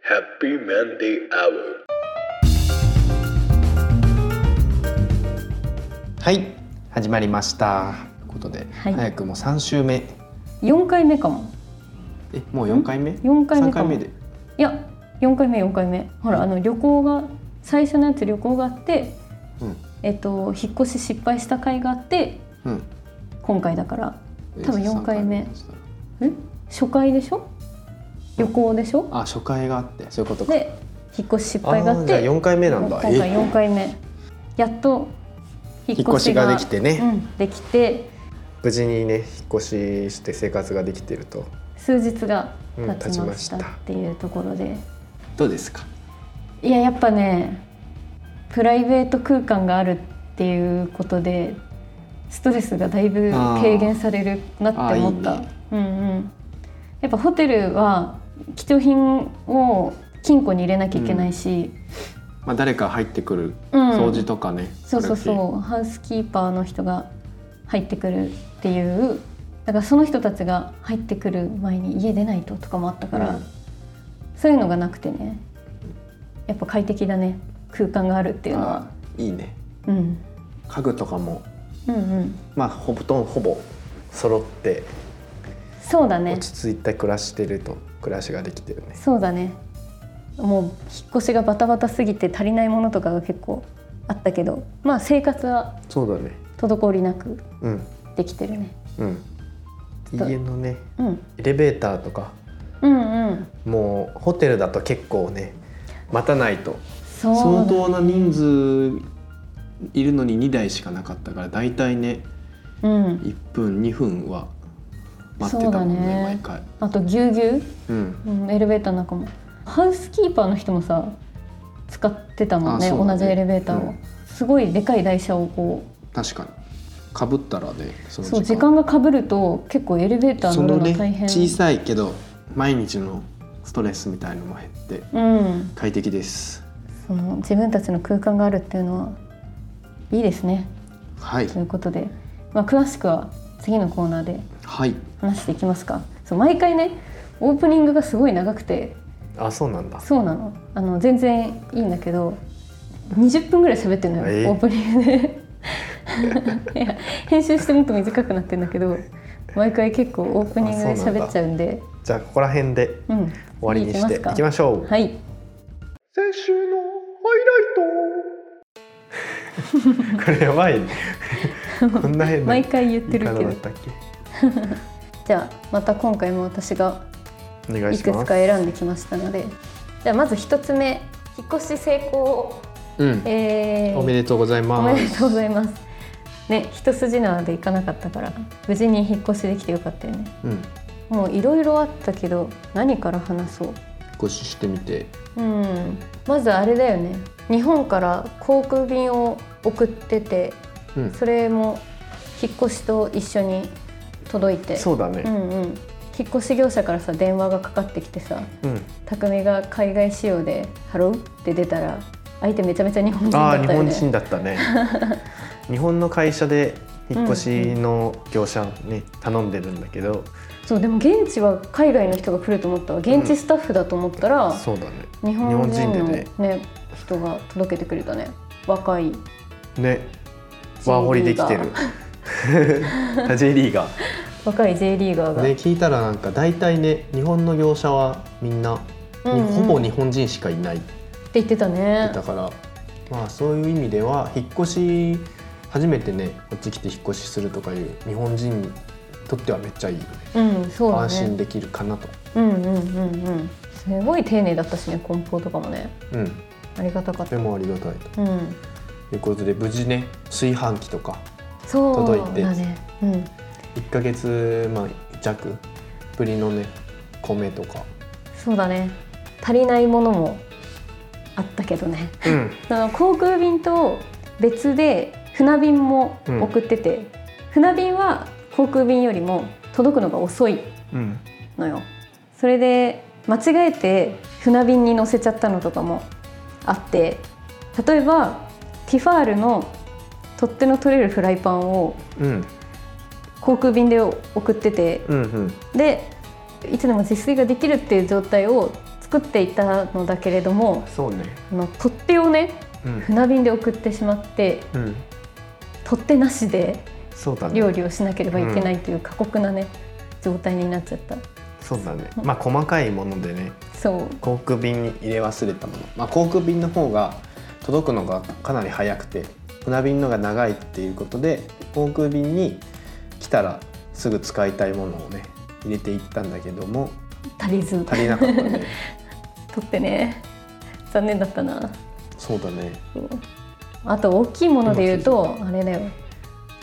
Happy Monday Hour はい始まりましたということで、はい早くも3週目4回目かもえもう4回目4回目3か回も目でいや4回目4回目ほらあの旅行が最初のやつ旅行があって、うんえっと、引っ越し失敗した回があってうん今回だからえ多分四三回目目でしたえ初回でしょ旅行でしょあ初回があってそういうことかで引っ越し失敗があーっじゃあて4回目なん今だ回え4回目やっと引引っ越しができてねうん、できて無事にね引っ越しして生活ができてると数日がうん経ちました経ちっましたていうところで、どうですかいややっぱねプライベート空間があるっていうことでストレスがだいぶ軽減されるなって思ったあーいいねうんうん、やっぱホテルは貴重品を金庫に入れなきゃいけないし、まあ誰か入ってくるうん掃除とかね、そうそうあるそうハウスキーパーの人が入ってくるっていうだからその人たちが入ってくる前に家出ないととかもあった日から、うんそういうのがなくてねやっぱ快適だね空間があるっていうのは。あーいいねうん家具とかもうんうん、まあほとんどほぼ揃ってそうだね落ち着いた暮らしてると暮らしができてるねそうだねもう引っ越しがバタバタすぎて足りないものとかが結構あったけどまあ生活はそうだね滞りなくうんできてるね、うんちょっと家のねうん、エレベーターとかうんうんもうホテルだと結構ね待たないとそう相当な人数いるのに2台しかなかったからだいたいねうん1分2分は待ってたもんねそうだね毎回、あとぎゅうぎゅううん、うん、エレベーターなんかもハウスキーパーの人もさ使ってたもんねあそうだね同じエレベーターを、うんすごいでかい台車をこう確かにかぶったらねそのそう時間がかぶると結構エレベーターそ乗るののね大変小さいけど毎日のストレスみたいのも減ってうん快適ですその自分たちの空間があるっていうのはいいですねはいということで、まあ、詳しくは次のコーナーではい話していきますかそう毎回ねオープニングがすごい長くてあそうなんだそうなのあの全然いいんだけど20分ぐらい喋ってるのよ、えーオープニングで いや編集してもっと短くなってんだけど毎回結構オープニングで喋っちゃうんでじゃあここら辺でうん終わりにしてい次行きましょう、はい先週のハ これやば いねこんな変な毎回言ってる言い方けだどったっじゃあまた今回も私がけお願いいしくまつすか選んできましたのでじゃあまず一つ目引っ越し成功、うん、えーおめでとうございおまめすでとうございますね一筋縄でいかなかったから無事に引っ越しできてよかったよねうん、引っもういろいろあったけど何から話そう越ししてみてうんまずあれだよね日本から航空便を送っててうんそれも引っ越しと一緒に届いてそうだうねんうん引っ越し業者からさ電話がかかってきてさうん、匠が海外仕様で「ハロー」って出たら相手めちゃめちゃ日本人ああだっ日たよ本ね人だった ね日本の会社で引っ越しの業者ね頼んでるんだけど、そうでも現地は海外の人が来ると思ったわ現地スタッフだと思ったら、そうだね日本日人本の人でね人が届けてくれたね若いねワーホリできてる J リーガ若い J リーガーーが、ね聞いたらなんか大体ね日本の業者はみんな、うんうんほぼ日本人しかいないって言ってたねだから、まあ、そういう意味では引っ越し初めてねこっち来て引っ越しするとかいう日本人にとってはめっちゃいいよねうんそうだ安心ねできるかなと、うんうんうんうんすごい丁寧だったしね梱包とかもねうん、とありがたかってたもありがたいうんということで無事ね炊飯器とかそう届いてだねうん1ヶ月、まあ、弱ぶりのね米とか、そうだね足りないものもあったけどねうん、その航空便と別で船便も送ってて、船便は航空便よりも届くのが遅いうん、のよそれで間違えて船便に乗せちゃったのとかもあって例えばティファールの取っ手の取れるフライパンをうん、航空便で送っててうん、うん、でいつでも自炊ができるっていう状態を作っていたのだけれどもそうねあの取っ手をねうん、船便で送ってしまってうん、取っ手なしでそうだね料理をしなければいけないという過酷なね、状態になっちゃったそうだねまあ細かいものでねそう航空便に入れ忘れたもの、まあ、航空便の方が届くのがかなり早くて船便のが長いっていうことで航空便に来たらすぐ使いたいものをね入れていったんだけども足りず足りなかった ね取ってね残念だったなそうだねそうあと大きいもので言うとあれだよ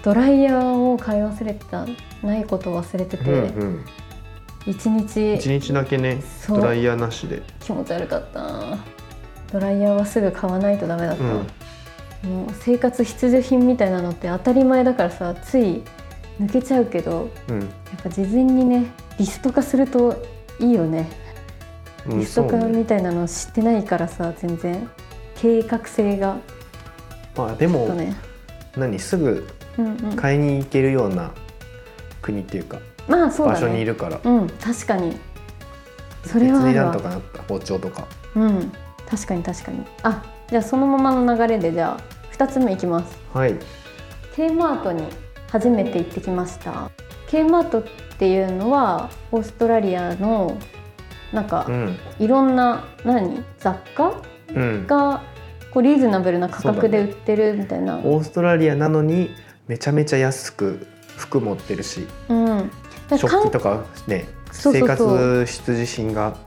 ドライヤーを買い忘れてたないことを忘れててん一、日日だけねそうイヤーなしで気持ち悪かったドライヤーはすぐ買わないとダメだった、もう生活必需品みたいなのって当たり前だからさつい抜けちゃうけどうんやっぱ事前にねリスト化するといいよねうリスト化そうねみたいなの知ってないからさ全然計画性がまあでちょっともね、何すぐうんうん、買いに行けるような国っていうかまあそう場だ所にいねるからうん確かにそ別れはあにるなんわとかなった包丁とかうん確かに確かにあじゃあそのままの流れでじゃあ2つ目いきますはい K マートに初めて行ってきました K マートっていうのはオーストラリアのなんうかんいろんな何雑貨うんがこうリーズナブルな価格でそうだ売ってるみたいなう,、オーストラリアなのにめちゃめちゃ安く服持ってるしんだから食か器んだとかねそうそうそう生活必需品が、か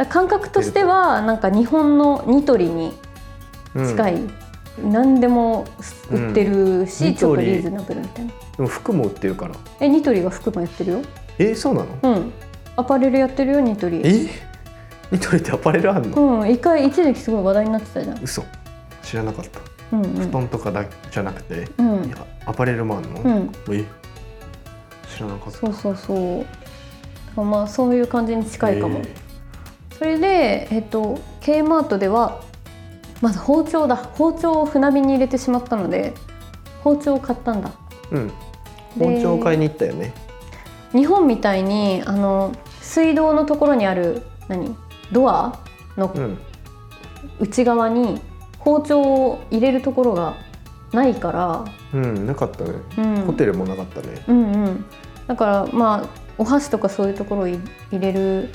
ら感覚としてはなんか日本のニトリにうん近い、何でも売ってるし、うんニちょっトとリリーズナブルみたいなでも服も売ってるからえニトリは服もやってるよえそうなのうんアパレルやってるよニトリえニトリってアパレルあんの、うん一回一時期すごい話題になってたじゃん嘘知らなかったうん布団とかだけじゃなくて、うんういんやアパレルもあんの、うんえ知らなかったそうそうそうだからまあそういう感じに近いかも、えーそれでえっと K マートではまず包丁だ包丁を船便に入れてしまったので包丁を買ったんだうんで包丁買いに行ったよね日本みたいにあの水道のところにある何ドアのうん内側に包丁を入れるところがないから、うんなかったねうん、ホテルもなかったねうんうん、だからまあお箸とかそういうところを入れる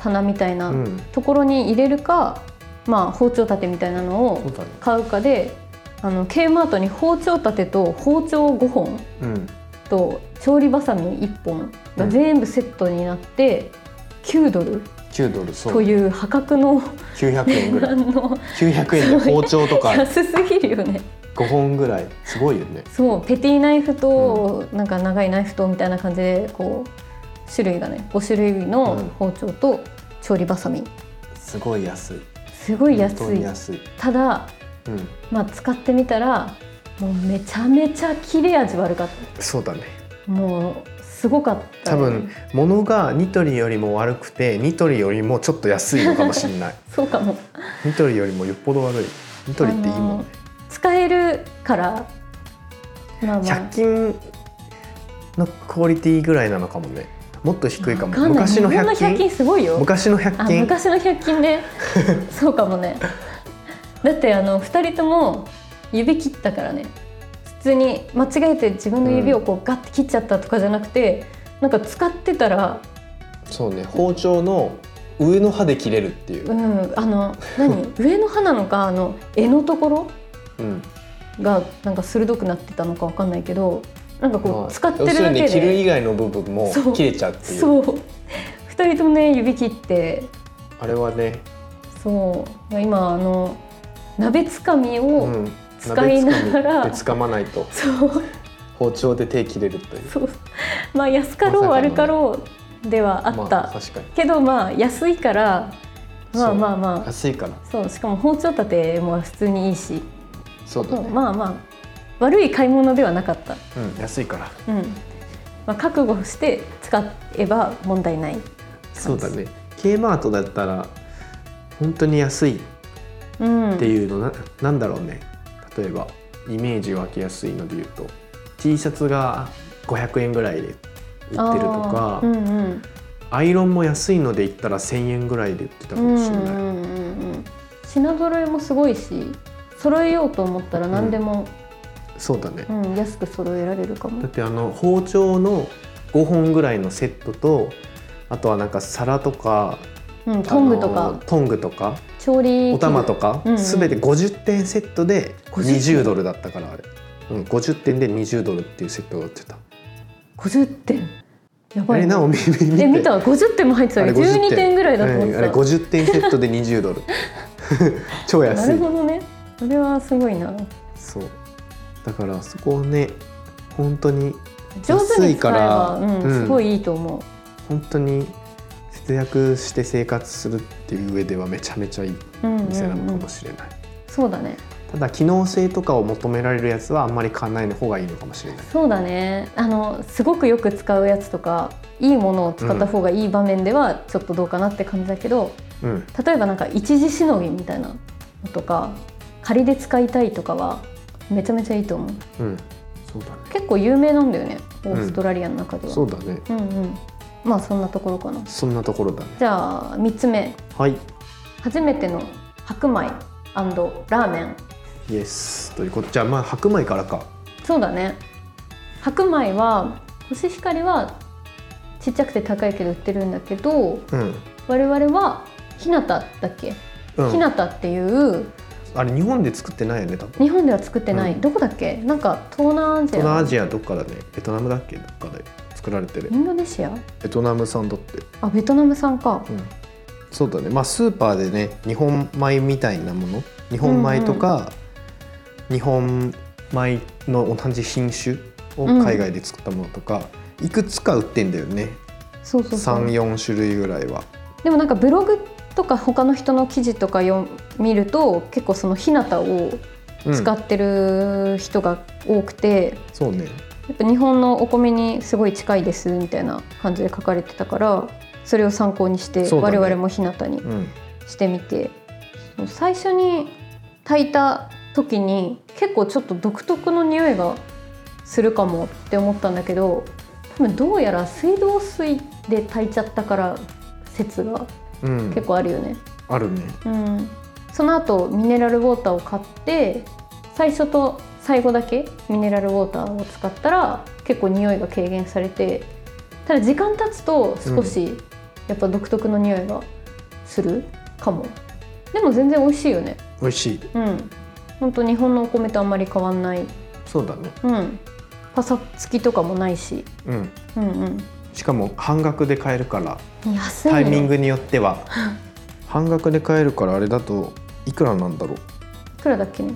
棚みたいうなんところに入れるか、まあ、包丁立てみたいなのそをうだね買うかであの K マートに包丁立てと包丁5本うんと調理バサミ1本うがん全部セットになって9ドル9ドルそという破格の900円ぐらあい の900円で包丁とか安すぎるよね5本ぐらいすごいよねそうペティナイフと、なんか長いナイフとみたいな感じでこう種類がね5種類のうん包丁と調理バサミすごい安いすごい本安当いに安いただ、うんまあ、使ってみたらもうめちゃめちゃ切れ味悪かっそうだねたもうすごかった多よ分物がニトリよりも悪くてニトリよりもちょっと安いのかもしれ ないそうかもニトリよりもよっぽど悪いニトリっていいもんね使えるからまあまあ100均のクオリティぐらいなのかもねもっと低いかもわんない昔の日本の100 100均均すごいよ昔のあ100均昔の100 均ねそうかもねだってあの2人とも指切ったからね普通に間違えて自分の指をこうガッて切っちゃったとかじゃなくて、なんか使ってたらそうね包丁の上の刃で切れるっていうう、んあの 何上の歯なのかあの柄のところうん、がなんか鋭くなってたのかわかんないけどなんかこまあう使ってるだけ要するに切るで、以外の部分もそう切れちゃうっていうそう2人ともね指切ってあれはね、そう今あの鍋つかみを、うん、使いながら鍋つかみで掴まないとそう包丁で手切れるというそうまあ安かろうまさかのね悪かろうではあった、まあ、確かにけどまあ安いからまそあうまあまあ安いからそうしかも包丁立ても普通にいいし、そうだそうね、まあまあ悪い買い物ではなかった、うん、安いからうんまあ、覚悟して使えば問題ない、そうだね K マートだったら本当に安いっうん、ていうのななんだろうね例えばイメージ湧きやすいので言うと T シャツが500円ぐらいで売ってるとかあーうんうん、あ,、アイロンも安いので言ったら1,000円ぐらいで売ってたかもしれない、うんうんうん、品揃えもすごいし揃えようと思ったら何でも、そうだねう、ん安く揃えられるかだっも。てあの包丁の5本ぐらいのセットとあとはなんか皿とかうん、トングとあのかトングとか調理器具お玉とか、うんうんすべて50点セットで50 20ドルだったからあれ、うん、50点で20ドルっていうセットが売ってた50点やあばれいななお見見見え見てた50点も入ってたあけれど50 12点ぐらいだと思っうてんた、あれ50点セットで20ドル 超な安るいほどねそれはすごいなそうだからそこをね本当に上手安にい使かえば、らうん、うんすごいいいと思う本当に節約して生活するっていう上ではめちゃめちゃいいうんうん店なのうかんもしれない、そうだねただ機能性とかを求められるやつはあんまり買わないの方がいいのかもしれないそうだねあのすごくよく使うやつとかいいものを使った方がいい場面ではちょっとどうかなって感じだけど、うん例えばなんか一時しのぎみたいなのとか仮で使いたいとかはめちゃめちゃいいと思ううんそうだね結構有名なんだよねオんーストラリアの中では、そううだねん、うんまあそんなところかなそんなところだねじゃあ3つ目はい初めての白米ラーメンイエスということじゃあまあ白米からかそうだね白米はコシヒカリはちっちゃくて高いけど売ってるんだけどうん、我々はひなただっけ、うんひなたっていうあれ日本で作ってないよね多分日本では作ってない、うんどこだっけなんか東南アジア東南アジアどっかだねベトナムだっけどっかで作られてるインドネシアベトナム産だってあベトナム産かうん、そうだねまあスーパーでね日本米みたいなもの日本米とか、日本米の同じ品種を海外で作ったものとか、いくつか売ってんだよねそうそうそう34種類ぐらいはでもなんかブログとか他の人の記事とか読見ると結構そのひなたをうん使ってる人が多くて、そうねやっぱ日本のお米にすごい近いですみたいな感じで書かれてたからそれを参考にして、そうだ我ね々もひなたにうんしてみてその最初に炊いた時に結構ちょっと独特の匂いがするかもって思ったんだけど多分どうやら水道水で炊いちゃったから説がうん結構あるよね。あるねうん、その後ミネラルウォーターを買って最初と最後だけミネラルウォーターを使ったら結構匂いが軽減されてただ時間経つと少しやっぱ独特の匂いがするかも、でも全然美味しいよね美味しいうん本当日本のお米とあんまり変わんないそうだねうんパサつきとかもないしうんうんうんしかも半額で買えるから安いのタよイミングによって は半額で買えるからあれだといくらなんだろういくらだっけね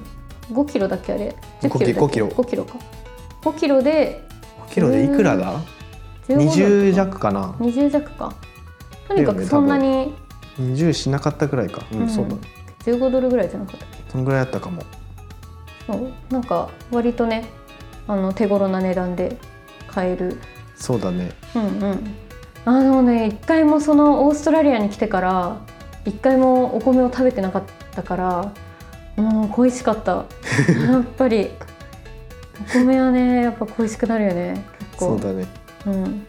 5キロだっけあれ5 10キキロロ5キロ5キロか5キロでキロでいくらだ15 20だった弱かなか20弱かとにかだよくねそんなに20しなかったぐらいか、うんうんそうだ15ドルぐらいじゃなかったっそんぐらいだったかもけそうなんか割とねあの手頃な値段で買えるそうだねうんうんあのね一回もそのオーストラリアに来てから一回もお米を食べてなかったからもう恋しかった やっぱりお米はねやっぱ恋しくなるよね結そ構うだねうん、なん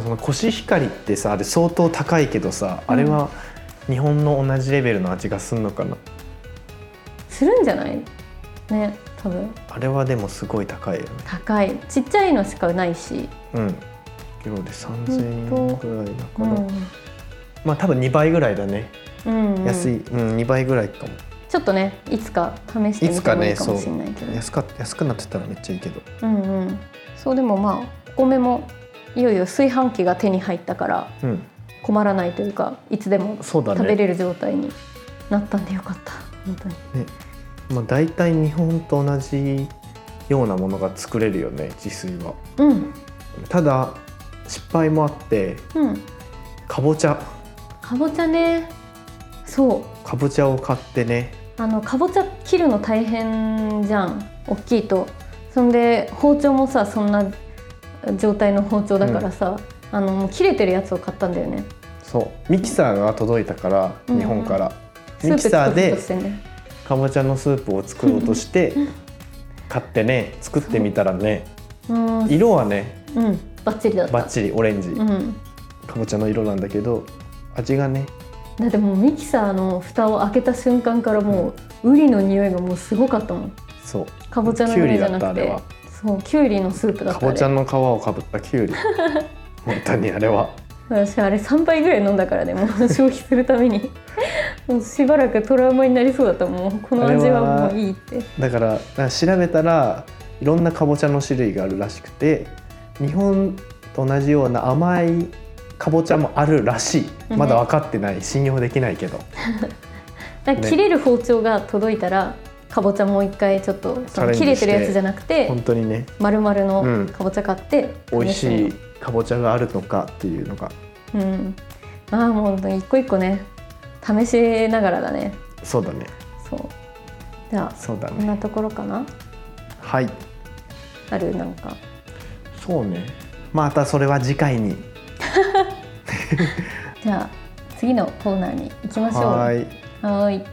かそのコシヒカリってさあれ相当高いけどさ、あれは日本の同じレベルの味がすんのかなするんじゃないね多分あれはでもすごい高いよね高いちっちゃいのしかないし、うんキロで3000円本ぐらいだかうら、んまあ多分2倍ぐらいだねうんうん安いうん2倍ぐらいかもちょっとねいつか試してみてもいいいつかかねもしれないけど安か安くなってたらめっちゃいいけどうんうん、そうでもまあお米もいよいよ炊飯器が手に入ったからうん困らないというかいつでもそうだね食べれる状態になったんでよかった本当にまあ、大体日本と同じようなものが作れるよね自炊はうんただ失敗もあってうんかぼちゃかぼちゃねそうかぼちゃを買ってねあのかぼちゃ切るの大変じゃん大きいとそんで包丁もさそんな状態の包丁だからさ、あのもう切れてるやつを買ったんだよねそうミキサーが届いたから、うん日本からスーミプキサー作ろうでとしてねかぼちゃのスープを作ろうとして買ってね作ってみたらねうん、色はねうん、バッチリだったバッチリオレンジ、うん、かぼちゃの色なんだけど味がねだってもうミキサーの蓋を開けた瞬間からもうウリの匂いがもうすごかったもんそうかぼちゃの匂いじゃキュウリだなくったあれてはそうキュウリのスープだっかたあぼれちゃの皮をかぶったきゅう り本当にあれは私あれ3杯ぐらい飲んだか らねもう消費するためにもうしばらくトラウマになりそうだったもうこの味はもういいってだからだから調べたらいろんなかぼちゃの種類があるらしくて日本と同じような甘いかぼちゃもあるらしいまだ分かってない信用できないけどだからね切れる包丁が届いたらかぼちゃもう一回ちょっとそのチャ切レンれジしててるやつじゃなくて本当にね丸々うんのかぼちゃ買って美味試してみよしいうかぼちゃがあるのかっていうのがうん、ああもう本当に一個一個ね試しながらだねそうだねそうじゃあそうだこんねなところかなはいあるなんかそうねまたそれは次回にじゃあ次のコーナーに行きましょうははーいーい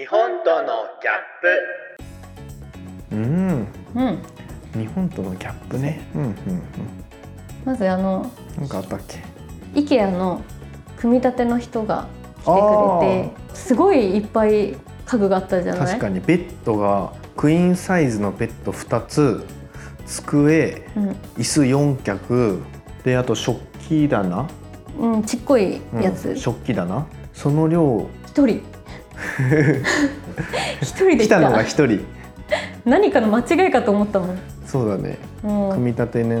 日本とのギャップうんうん日本とのギャップねうんうんまずあのうんなんかあったっけ IKEA の組み立ての人が来てあくれてすごいいっぱい家具があったじゃない確かにベッドがクイーンサイズのベッド2つ机椅子4脚であと食器棚、うん、うん、ちっこいうんやつ一、食器棚その量 人一人で来来たのたが1人何かの間違いかと思ったもんそうだねもう組み立てね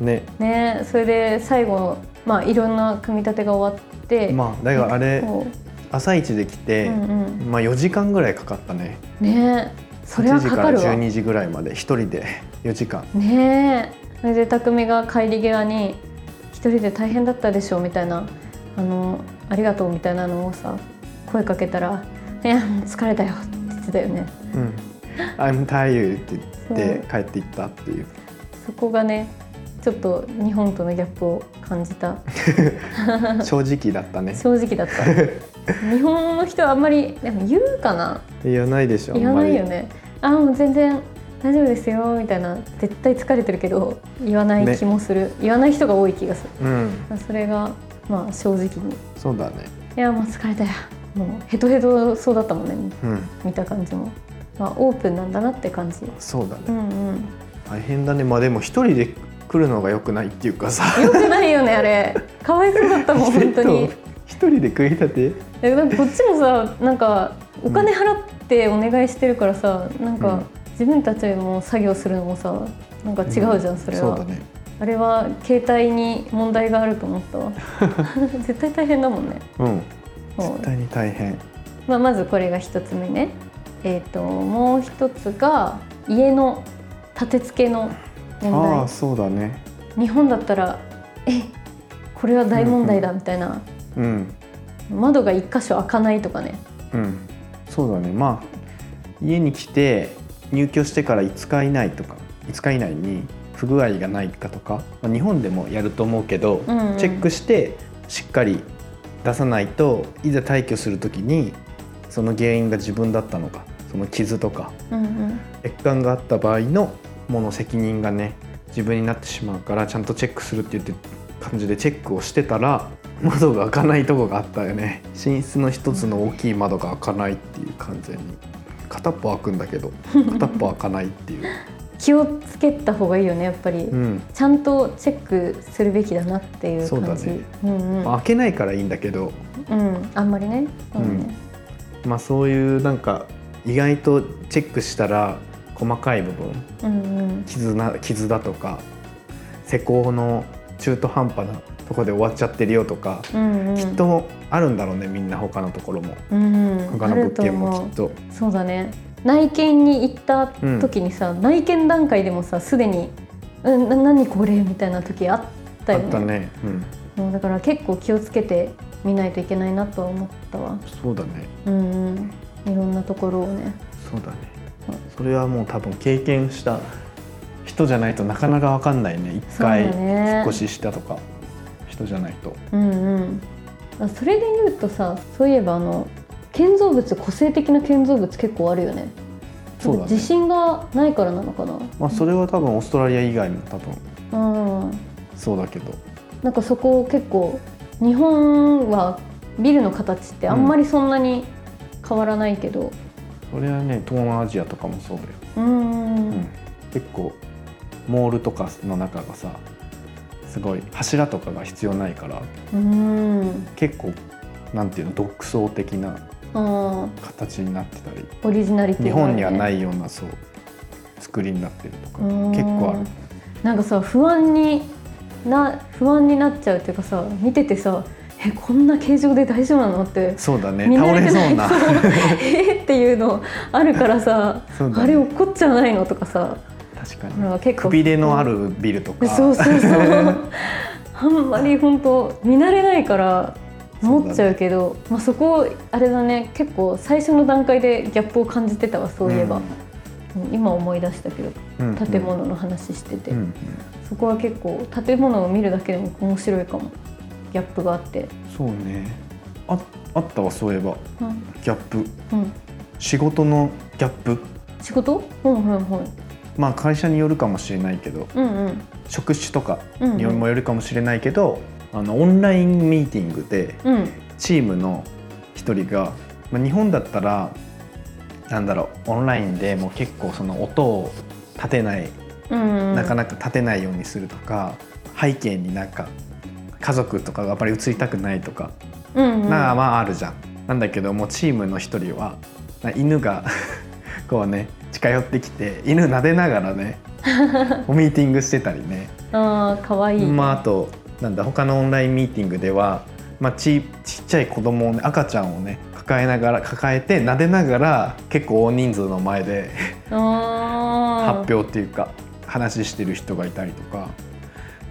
ねねそれで最後まあいろんな組み立てが終わって、まあだからあれこ朝一で来うて、うんうん、まあ4時間ぐらいかかったねねそれは8時かかからるわ12時ぐらいまで1人で4時間ねそれで匠が帰り際に「一人で大変だったでしょ」みたいな「あのありがとう」みたいなのをさ声かけたら「いやもう疲れたよ」って言ってたよねうん「I'm tired」って言っそて帰っていったっていうそこがねちょっと日本とのギャップを感じた正直だったね正直だった日本の人はあんまりでも言うかな言わないでしょあん言わまなりいよねあもう全然大丈夫ですよみたいな絶対疲れてるけど言わない気もする、言わない人が多い気がすうんるそれがまあ正直にそうだねいやもう疲れたよもうヘトヘトそうだったもんねうん見た感じも、まあ、オープンなんだなって感じそうだねうんうん大変だねまあでも一人で来るのが良くないっていうかさよくないよねあれかわいそうだっ たもん本当に一人で食い立てえなんかこっちもさなんかお金払ってお願いしてるからさなんうんか自分たちも作業するのもさなんか違うじゃんそれそは、うだねあれは携帯に問題があると 思ったわ絶対大変だもんねうんそう絶対に大変まあ、まずこれが一つ目ねえっ、ともう一つが家の立て付けの問ああ題そうだね日本だったらえこれは大問題だみたいな、うん窓が一箇所開かないとかねうんそうだねまあ家に来て入居してから5日以内とか5日以内に不具合がないかとか、まあ、日本でもやると思うけど、うんうんチェックしてしっかり出さないといざ退去する時にその原因が自分だったのかその傷とかうんうん欠陥があった場合のもの責任がね自分になってしまうからちゃんとチェックするって言って感じでチェックをしてたら窓が開かないとこがあったよね寝室の一つの大きい窓が開かないっていう完全に片っぽ開くんだけど片っぽ開かないっていう気をつけた方がいいよねやっぱり、うん、ちゃんとチェックするべきだなっていうそうだ感ねじうんうんまあ、開けないからいいんだけどうん、あんまりねそうだねまあそういうなんか意外とチェックしたら細かい部分うんうん傷な傷だとか施工の中途半端なとこで終わっちゃってるよとかうんうんきっとあるんだろうねみんな他のところもうんうん他の物件あるとも思うきっとそうだね内見に行った時にさ、内見段階でもさすでに「うんな何これ?」みたいな時あったあよっねたねうんもうだから結構気をつけて見ないといけないなとは思ったわそうだねうんうんいろんなところをねそうだねそうそれはもう多分経験した人じゃないとなかなか分かんないね一回そうだね引っ越ししたとか人じゃないとうんうんあそれで言うとさそういえばあの建造物個性的な建造物結構あるよねそうだね自信がないからなのかなまあそれは多分オーストラリア以外も多分うんそうだけどなんかそこ結構日本はビルの形ってあんまりそんなに変わらないけどそれはね東南アジアとかもそうだよ、うーんうん結構モールとかの中がさすごい柱とかが必要ないからうーん結構なんていうの独創的なあ形になってたりーオリジナリティ日本にはいないようなそう作りになってるとかうーん結構あるなんかさ不安にな不安になっちゃうっていうかさ見ててさえこんな形状で大丈夫なのってそうだね見倒慣れてそうな えっていうのあるからさ、 そうだねあれ怒っちゃわないのとかさ確かほにら結構くびれのあるビルとかそうそうそう あんまり本当見慣れないから思っちゃうけどまあ、そこあれだね結構最初の段階でギャップを感じてたわそういえば、うん今思い出したけどうんうん建物の話してて、うんうんそこは結構建物を見るだけでも面白いかもギャップがあって、そうねああったわそういえばうんギャップうん、仕事のギャップ仕事うんはいはいまあ会社によるかもしれないけどうんうん職種とかうんにもよるかもしれないけど、あのオンラインミーティングでうんチームの一人が、まあ、日本だったらなんだろうオンラインでもう結構その音を立てない、うんうんなかなか立てないようにするとか背景になんか家族とかがあんまり映りたくないとか、うんうんなあまああるじゃん。なんだけどもうチームの一人はな犬が こうね近寄ってきて犬撫でながら ねミーティングしてたりね。あーかわいい、まあ、あとなんだ他のオンラインミーティングでは、まあ、ちちっちゃい子供を、ね、赤ちゃんをね抱えながら抱えて撫でながら結構大人数の前であー発表っていうか、話してる人がいたりとか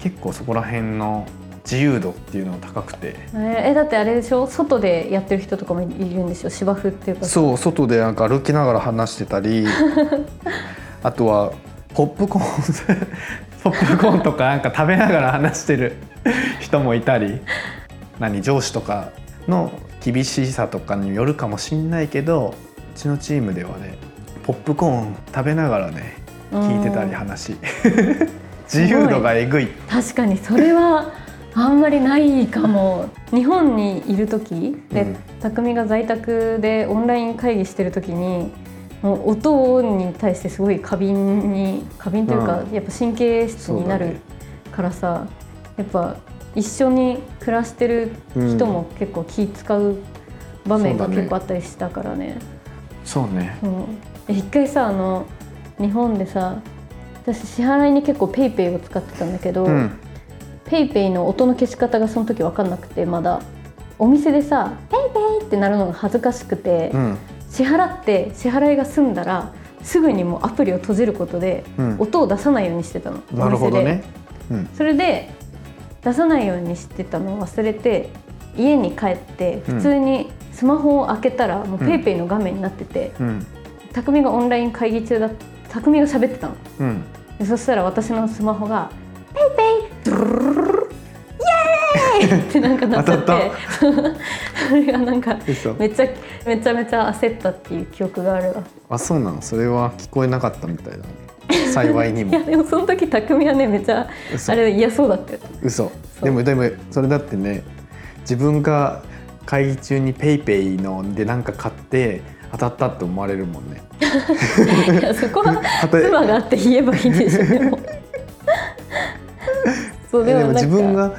結構そこら辺の自由度っていうのが高くてえーえだってあれでしょ外でやってる人とかもいるんでしょ芝生っていうかそう外でなんか歩きながら話してた りあとはポップコーン ポップコーンとかなんか食べながら話してる人もいたり何上司とかの厳しさとかによるかもしんないけどうちのチームではねポップコーン食べながらね聞いてたりうん話 自由度がえぐい確かにそれはあんまりないかも日本にいる時で、うん匠が在宅でオンライン会議してる時にもう音に対してすごい過敏に過敏というか、うんやっぱ神経質になそうだるねからさ、やっぱ一緒に暮らしてる人も結構気使う場面がそうだね結構あったりしたからね。そうねそうえ一回さあの日本でさ私支払いに結構 PayPay ペイペイを使ってたんだけど、うんペイペイの音の消し方がその時分かんなくてまだお店でさ「ペイペイってなるのが恥ずかしくて、うん支払って支払いが済んだらすぐにもうアプリを閉じることでうん音を出さないようにしてたの、なるほどお店ねでうんそれで出さないようにしてたのを忘れて家に帰って普通にスマホを開けたらもう PayPay ペイペイの画面になってて、うん匠がオンライン会議中だ匠が喋ってたのうんでそしたら私のスマホが「ペイペイドゥルルルルルルイエーイ!」ってなんかなっちゃっ当てそれがなんか嘘めっちゃめちゃめちゃ焦ったっていう記憶があるわあそうなのそれは聞こえなかったみたいだね幸いにいやもでもその時匠はねめちゃ嘘あれ嫌そうだったよ嘘そうでもでもそれだってね自分が会議中にペイペイのでなんか買って当たったって思われるもんねいや そこはたとえ妻があって言えばいいでしょでもそうででももなんか自分が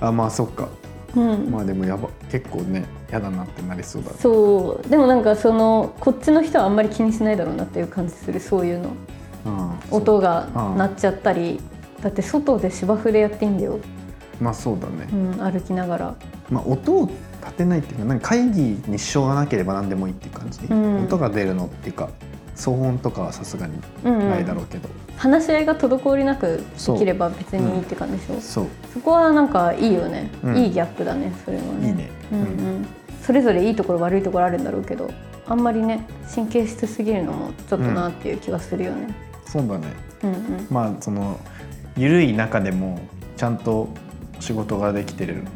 あまあそっかうんまあでもやば結構ねやだなってなりそうだそうでもなんかそのこっちの人はあんまり気にしないだろうなっていう感じするそういうのうん音がうん鳴っちゃったり、だって外で芝生でやっていいんだよ、まあそうだねう、ん、歩きながらまあ音を立てないっていうかなんか会議に支障がなければ何でもいいっていう感じ、ん音が出るのっていうか騒音とかはさすがにうんうんないだろうけど、話し合いが滞りなくできれば別にいいって感じでしょ、そうそこはなんかいいよね、うんいいギャップだねそれはねいいねうんうん、それぞれいいところ悪いところあるんだろうけどあんまりね神経質すぎるのもちょっとなっていう気はするよね、そうだねうんうんまあその緩い中でもちゃんと仕事ができてるっ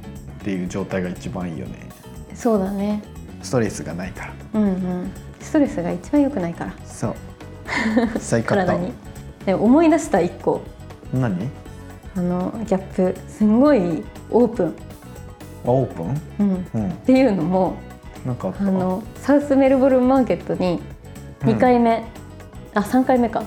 ていう状態が一番いいよねそうだねストレスがないからうんうんストレスが一番良くないからそう最高 体にで思い出した一個何ああのギャップすんごいオープン、オープンうん、っうんていうのもなんかあっあたのサウスメルボルンマーケットにうん2回目、あ3回目か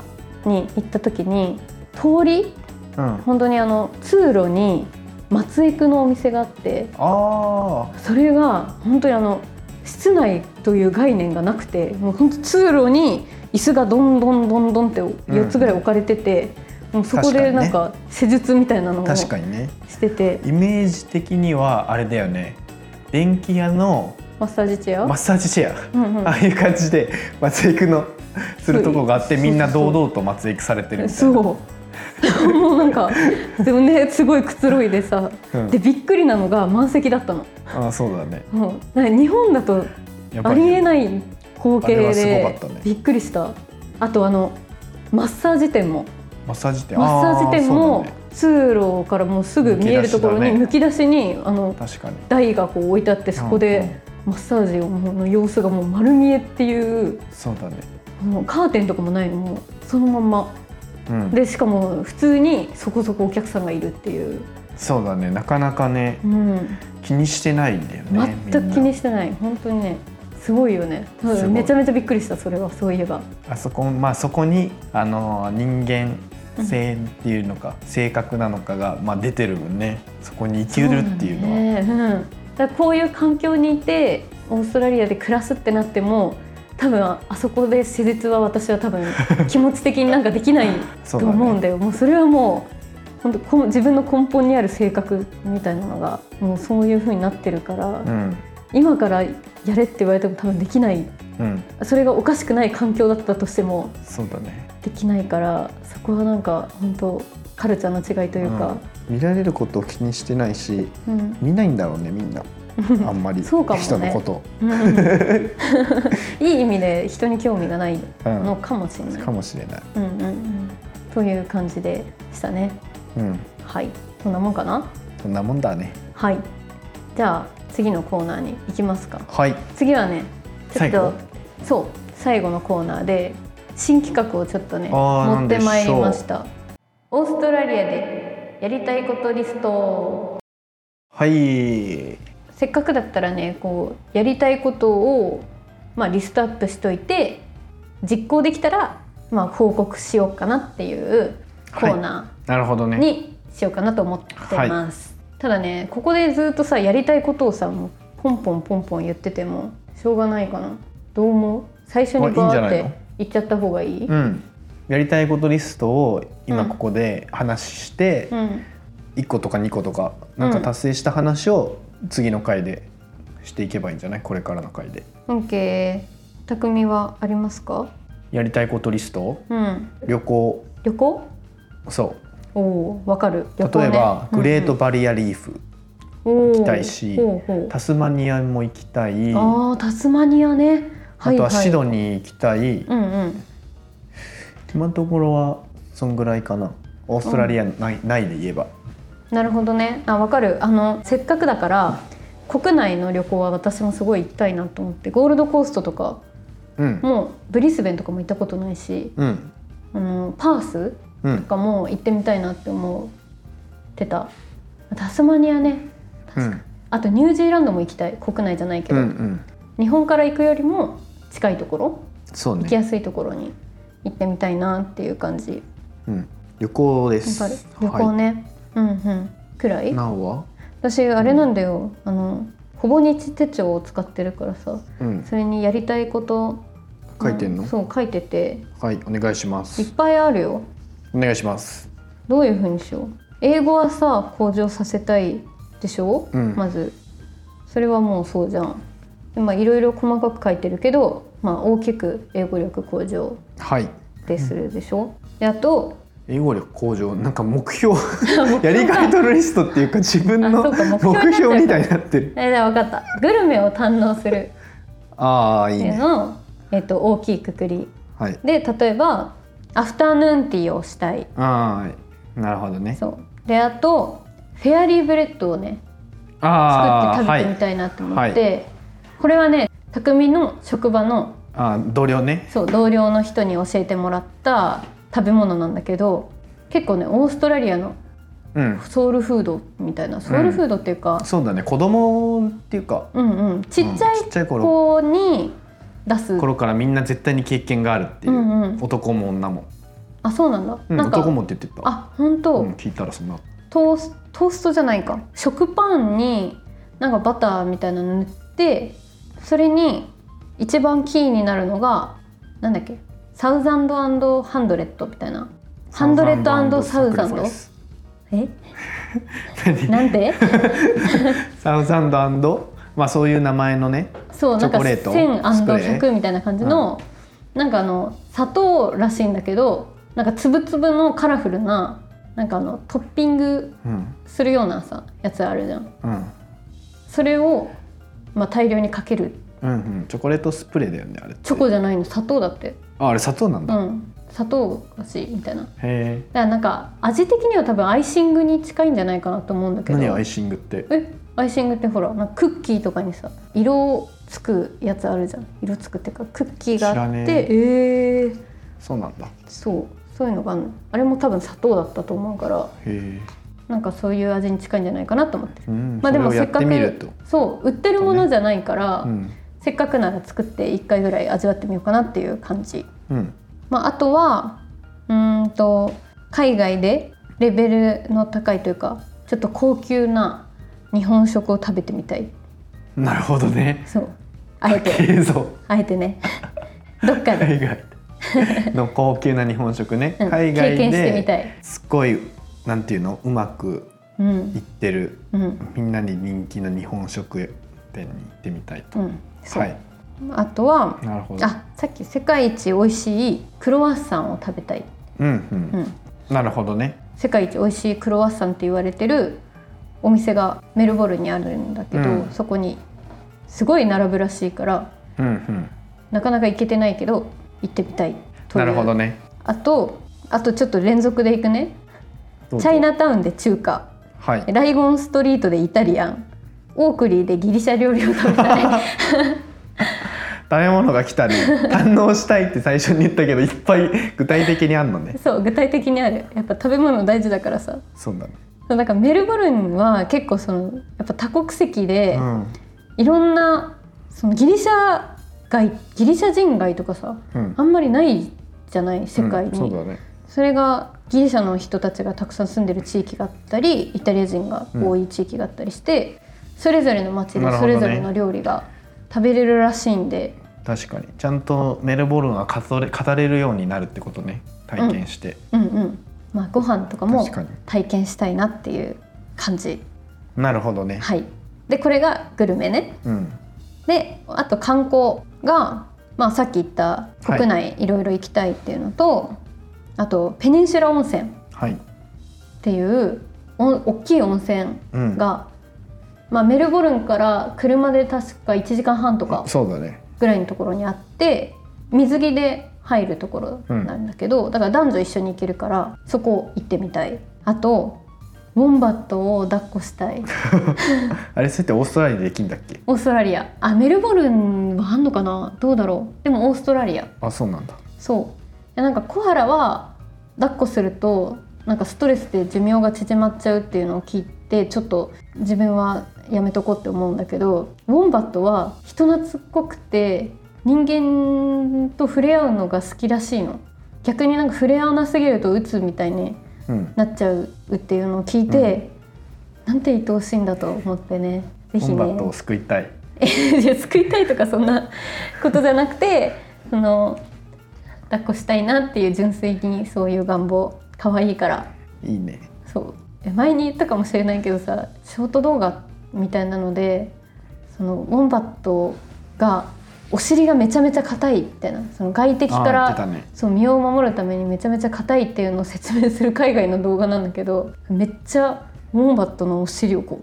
に行った時に通りうん本当にあの通路に松江区のお店があってあそれが本当にあの室内という概念がなくてもう本当通路に椅子がどんどんどんどんって4つぐらい置かれてて、もうそこでなんか施術みたいなのあを確しかにねててイメージ的にはあれだよね電気屋のマッサージチェア、マッサージチェアうんうんああいう感じで松江区のするとこがあってそうみんな堂々と松江区されてるみたいそうな。もうなん かでもねすごいくつろいでさうんでびっくりなのが満席だったのああそうだね。もうなんか日本だとやっあぱりえりない光景あれはすごかでったねびっくりしたあとあのマッサージ店もマッサージ店マッサージ店あもあそうだね通路からもうすぐ見えるところにむむき出しにあの確かに台がこう置いてあってそうこんうでんマッサージをもうの様子がもう丸見えっていうそうだね。もうカーテンとかもないのもうそのまんまうんでしかも普通にそこそこお客さんがいるっていう、そうだねなかなかねうん、気にしてないんだよね。全くみ気んになしてない本当にねすごいよねただすごいめちゃめちゃびっくりしたそれはそういえばあそこまあそこにあの人間性っていうのか、性格なのかがまあ出てるもんね。そこに生きるっていうのは。そうなんだよねうん、だからこういう環境にいてオーストラリアで暮らすってなっても多分あそこで施術は私は多 分気持ち的になんかできないとそうだね思うんだよもうそれはもう本当この自分の根本にある性格みたいなのがもうそういう風になってるから、うん今からやれって言われても多分できないうんそれがおかしくない環境だったとしてもそうだね。できないからそこはなんか本当カルチャーの違いというか、見られることを気にしてないしうん見ないんだろうねみ んなあんまりそうかもね人のこと、うん いい意味で人に興味がないのかもしれうんない。かもしれない、うんうんうん、という感じでしたね。うん、はいこんなもんかなそんなもんだねはいじゃあ次のコーナーに行きますか。はい次はねちょっ最後とそう最後のコーナーで新企画をちょっとねあー持ってまいりなんまでしょうした。オーストラリアでやりたいことリストはいせっかくだったらねこうやりたいことを、まあ、リストアップしといて実行できたら、まあ、報告しようかなっていうコーナなるほどーねにしようかなと思ってます、ただねここでずっとさやりたいことをさもうポンポンポンポン言っててもしょうがないかなどう思う最初まにあいいんバじゃなーっいての言っちゃった方がいい、うんやりたいことリストをう今んここで話して、うん1個とか2個とかなんか達成した話を次の回でしていけばいいんじゃないこれからの回で OK 匠はありますかやりたいことリストうん旅行旅行そうおおーわかる例旅行、ね、えば、グレーうんうトんバリアリーフ、行きたいしタスマニアも行きたいあータスマニアねあとはシドニニー行きたい、うんうん今のところはそんぐらいかなオーストラリアない,、ないで言えばなるほどねあわかるあのせっかくだから国内の旅行は私もすごい行きたいなと思ってゴールドコーストとかうんもうブリスベンとかも行ったことないしうんあのパースうとんかも行ってみたいなって思ってたタスマニアねうんあとニュージーランドも行きたい国内じゃないけうど、んうん日本から行くよりも近いところそう行きね、やすいところに行ってみたいなっていう感じうん、旅行でわすかる旅行はね、うんうんくらい、いなおは私あれなんだよ、あのほぼ日手帳を使ってるからさうんそれにやりたいこと書いてんの、うそう書いててはいお願いしまいっすぱいあるよお願いしますどういうふうにしよう英語はさ向上させたいでしょ、うんまずそれはもうそうじゃんでまあいろいろ細かく書いてるけど、まあ、大きく英語力向上はいでするでしょ、であと英語力向上なんか目 標やりたいことリストっていうか自分のあそうか目標になっちゃう目標みたいになってるえじゃあ分かったグルメを堪能するああいっいていうねのを、えっと大きいくくりはいで例えばアフタヌーンティーをしたいああなるほどねそうであとフェアリーブレッドをねああ作っては食べてみいたいなと思って、これはね匠の職場のああ同僚ねそう同僚の人に教えてもらった食べ物なんだけど結構ねオーストラリアのうん、ソウルフードみたいなソウルフードっていうか、そうだね子供っていうかうん、うんちっちゃうんちっちゃいい頃子に出す、頃からみんな絶対に経験があるっていう、うんうん男も女も、あそうなんだ、うん、なんか男もって言ってたあ本当、うん、聞いたらそんなトーストーストじゃないか食パンになんかバターみたいなの塗ってそれに一番キーになるのがなんだっけサウザンドハンドレッドみたいなハンドレッドサウザンドえなんでサウザンドアンドまあそういう名前のねそうなんかチョコレートスプレ1000%みたいな感じの、なんかあの砂糖らしいんだけどなんか粒々のカラフルななんかあのトッピングうんするようなさやつあるじゃんうんそれを、まあ、大量にかけるうんうんチョコレートスプレーだよねあれってチョコじゃないの砂糖だってああれ砂糖なんうだ、へん砂糖だしみたいなだかえらなんか味的には多分アイシングに近いんじゃないかなと思うんだけど何アイシングってえアイシングってほらなんかクッキーとかにさ色つくやつあるじゃん色つくっていうかクッキーがあっ知らねてええー、そうなんだへそうそういうのがあるのあれも多分砂糖だったと思うからえなんかそういう味に近いんじゃないかなと思ってるうんまあでもそれをやってみるとそう売ってるものじゃないから、うんせっかくなら作って1回ぐらい味わってみようかなっていう感じうんまあ、あとはうーんと海外でレベルの高いというかちょっと高級な日本食を食べてみたいなるほどねそうあえて映像あえて ねどっかで、海外の高級な日本食ね、うん海外経験してみたでい、すっごいなんていうのうまくういっんてるうんみんなに人気の日本食店に行ってみたいと、うん、そう、はいあとはなるほどあさっき世界一美味しいクロワッサンを食べたい、うんう、うんんなるほどね世界一美味しいクロワッサンって言われてるお店がメルボルンにあるんだけど、うんそこにすごい並ぶらしいからうんうんなかなか行けてないけど行ってみたいといなるうほどねあとあとちょっと連続で行くねどうチぞャイナタウンで中華はいライゴンストリートでイタリアンオークリーでギリシャ料理を食 べたい食べ物が来たり 堪能したいって最初に言ったけどいっぱい具体的にあんのねそう具体的にあるやっぱ食べ物大事だからさそうだねそうだからメルボルンは結構そのやっぱ多国籍で、うんいろんなそのギリシャ街ギリシャ人街とかさうんあんまりないじゃない世界に、うんそうだねそれがギリシャの人たちがたくさん住んでる地域があったりイタリア人が多い地域があったりして、それぞれの町なでるそほどねれぞれの料理が食べれるらしいんで、確かにちゃんとメルボルンは語れ語れるようになるってことね体験して、うんうんまあ、ご飯とかも確かに体験したいなっていう感じなるほどね、はいでこれがグルメねうんであと観光が、まあ、さっき言った国内いろいろ行きたいっていうのと、あとペニンシュラ温泉っはいていうお大きい温泉うんが、まあ、メルボルンから車で確か1時間半とかそうだねぐらいのところにあって水着で入るところなんだけど、だから男女一緒に行けるからそこ行ってみたいあとウォンバットを抱っこしたいあれそれってオーストラリアでできんだっけオーストラリアあメルボルンはあんのかなどうだろうでもオーストラリアあそうなんだそういやなんかコハラは抱っこするとなんかストレスで寿命が縮まっちゃうっていうのを聞いてちょっと自分はやめとこうって思うんだけどウォンバットは人懐っこくて人間と触れ合うのが好きらしいの逆になんか触れ合わなすぎると鬱みたいにうんなっちゃうっていうのを聞いて、なんて愛おしいんだと思ってねぜコひンバねットを救いたいえ いや救いたいとかそんなことじゃなくてその抱っこしたいなっていう純粋にそういう願望可愛いからいいねそうえ前に言ったかもしれないけどさショート動画みたいなのでそのウォンバットがお尻がめちゃめちゃ硬いみたいなその外敵かあー言ってたら、ねそう身を守るためにめちゃめちゃ硬いっていうのを説明する海外の動画なんだけどめっちゃウォンバットのお尻をこ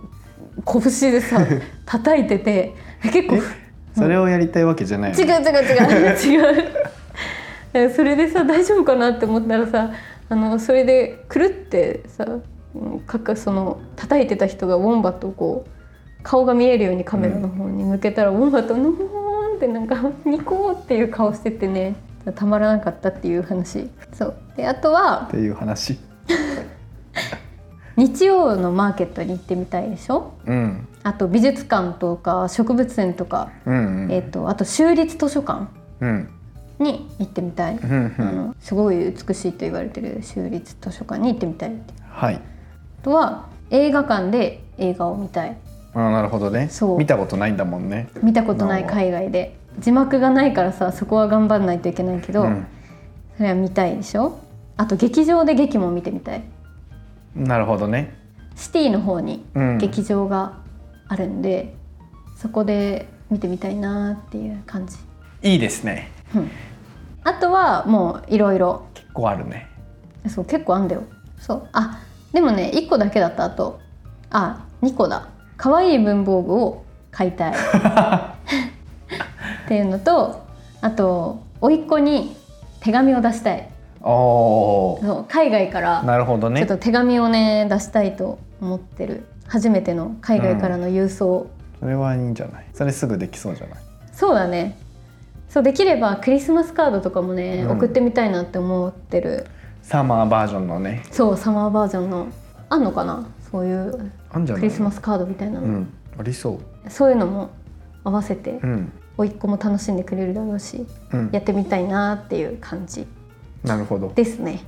う拳でさ叩いててえ結構それをやりたいわけじゃないよ 違うね違う 違う違うえそれでさ大丈夫かなって思ったらさあのそれでくるってさうんかかその叩いてた人がウォンバットをこう顔が見えるようにカメラの方に向けたら、ウォンバットのーんってなんかニコーっていう顔しててねたまらなかったっていう話そうであとはっていう話日曜のマーケットに行ってみたいでしょうんあと美術館とか植物園とか、うんうんえっとあと州立図書館うんに行ってみたい、うんうあんのすごい美しいと言われてる州立図書館に行ってみたいってはいあとは映画館で映画を見たいあーなるほどねそう見たことないんだもんね見たことない海外で字幕がないからさそこは頑張んないといけないけど、うんそれは見たいでしょあと劇場で劇も見てみたいなるほどねシティの方にうん劇場があるんで、そこで見てみたいなっていう感じいいですねあとはもういろいろ結構あるねそう結構あんだよそうあでもね1個だけだったあとあ2個だ可愛い文房具を買い たいっていうのとあと甥っ子に手紙を出したいおーそう海外からなるほどちょっねと手紙をね出したいと思ってる初めての海外からの郵送、それはいいんじゃないそれすぐできそうじゃないそうだねそうできればクリスマスカードとかもね、うん送ってみたいなって思ってるサマーバージョンのねそうサマーバージョンのあんのかなそういうあんじゃクないリスマスカードみたいなうの、んありそうそういうのも合わせてうん甥っ子も楽しんでくれるだろうし、うんやってみたいなっていう感じなるほどですね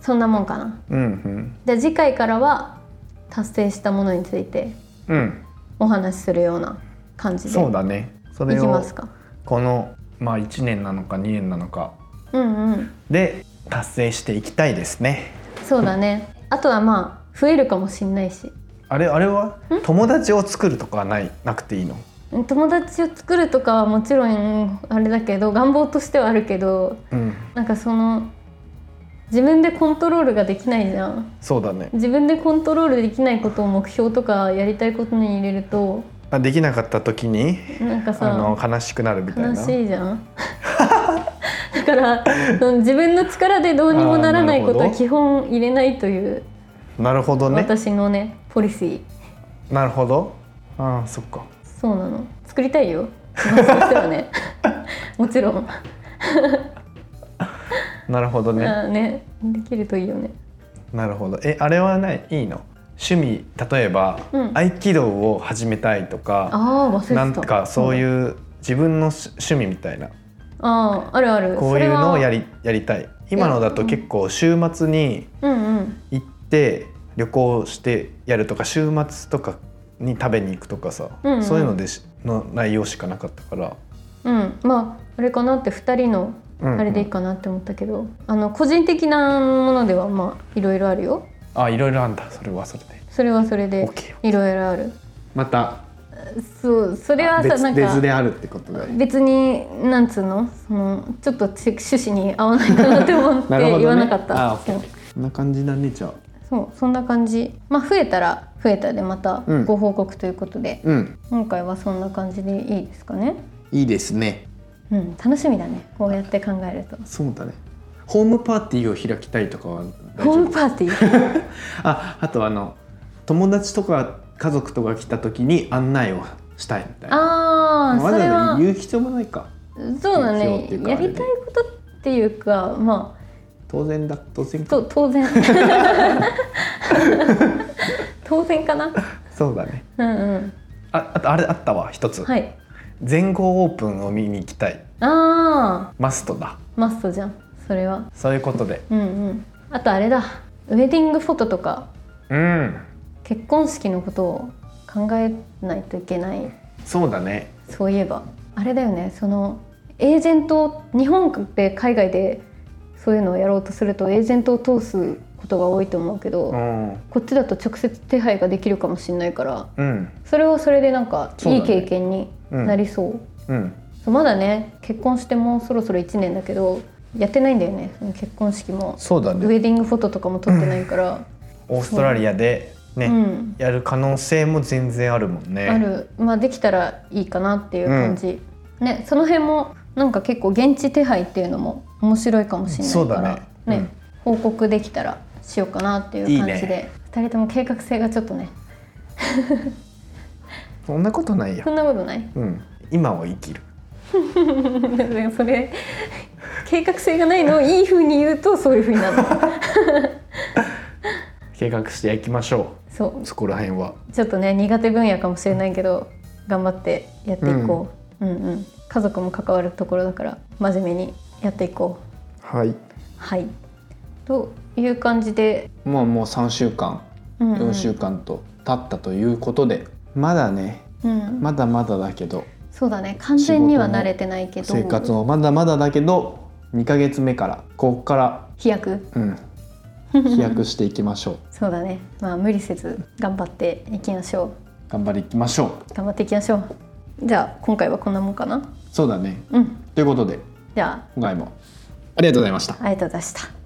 そんなもんかなうんじゃあ次回からは達成したものについてうんうんお話しするような感じでそういだねそきれまをすかこのまあ1年なのか2年なのかうんうんで達成していきたいですねそうだねあとはまあ増えるかもしんないしあれあれは友達を作るとかはないなくていいの友達を作るとかはもちろんあれだけど願望としてはあるけどうんなんかその自分でコントロールができないじゃんそうだね自分でコントロールできないことを目標とかやりたいことに入れるとあできなかった時になんかあさの悲しくなるみたい悲なしいじゃ んだからその自分の力でどうにもならないことあーなるはほど基本入れないというなるほどね私のねポリシーなるほどあーそっかそうなの作りたいよ私として はねもちろんなるほどね、あーねできるといいよねなるほどえあれはないいいの趣味例えば、うん合気道を始めたいとかああ忘れてたなんかそうういう自分のし趣味みたいなあああるあるこういうのをやりりやりたい今のだと結構週末にうんうん行って旅行してやるとか週末とかに食べに行くとかさ、うんうんそういうのでしの内容しかなかったから、うん、まああれかなって2人のうんうんあれでいいかなって思ったけど、あの個人的なものではまあいろいろあるよあいろいろあんだそれはそれでそれはそれで OK いろいろあるまたそうそれはさ別なん別かであるってことだよね別になんつうのそのちょっとち趣旨に合わないかなって思って なるほどね言わなかった、あー OK こんな感じだねじゃあそうそんな感じまあ増えたら増えたでまたうんご報告ということで、うん今回はそんな感じでいいですかねいいですねうん楽しみだねこうやって考えるとそうだねホームパーティーを開きたいとかは大ホ丈ー夫ムパーティーああとあの友達とか家族とか来た時に案内をしたいみたいな ああそわざれわはざ言う必要もないかそうだ必要っねていうかやあれりでたいことっていうかま当然だ当然あかと 当然当然かなそうだねうんうんああとあれあったわ一つ、はい全豪オープンを見に行きたいああマストだマストじゃんそれはそういうことでうんうんあとあれだウェディングフォトとかうん結婚式のことを考えないといけないそうだねそういえばあれだよねそのエージェント日本で海外でそういうのをやろうとするとエージェントを通すことが多いと思うけど、うんうこっちだと直接手配ができるかもしれないからんそれはそれでなんかそういだいね経験になりそうそう、うんまだね結婚してもうそろそろ1年だけどやってないんだよねその結婚式も、そうだウェディングフォトとかも撮ってないから、オーストラリアでね、うんやる可能性も全然あるもんねある、まあ、できたらいいかなっていう感じ、ねその辺もなんか結構現地手配っていうのも面白いかもしれなそういだからねうん報告できたらしようかなっていう感いいじでね二人とも計画性がちょっとねそんなことないそよ、んなことないうん、今を生きるね それ計画性がないのをいい風に言うとそういう風になるの計画してやきましょそうそこら辺はちょっとね苦手分野かもしれないけど頑張ってやっていこう、うん、うん家族も関わるところだから真面目にやっていこうはいはいという感じで、まあもう3週間うんうん4週間と経ったということで、まだねうんまだまだだけどそうだね完全には慣れてないけど生活もまだまだだけど2ヶ月目からここから、飛躍うん、飛躍していきましょうそうだねまあ無理せず頑張っていきましょ頑張りいきましょうう頑張っていきましょうじゃあ今回はこんなもんかなそうだねうんということでじゃ今回もありがとうございましたあありがとうございました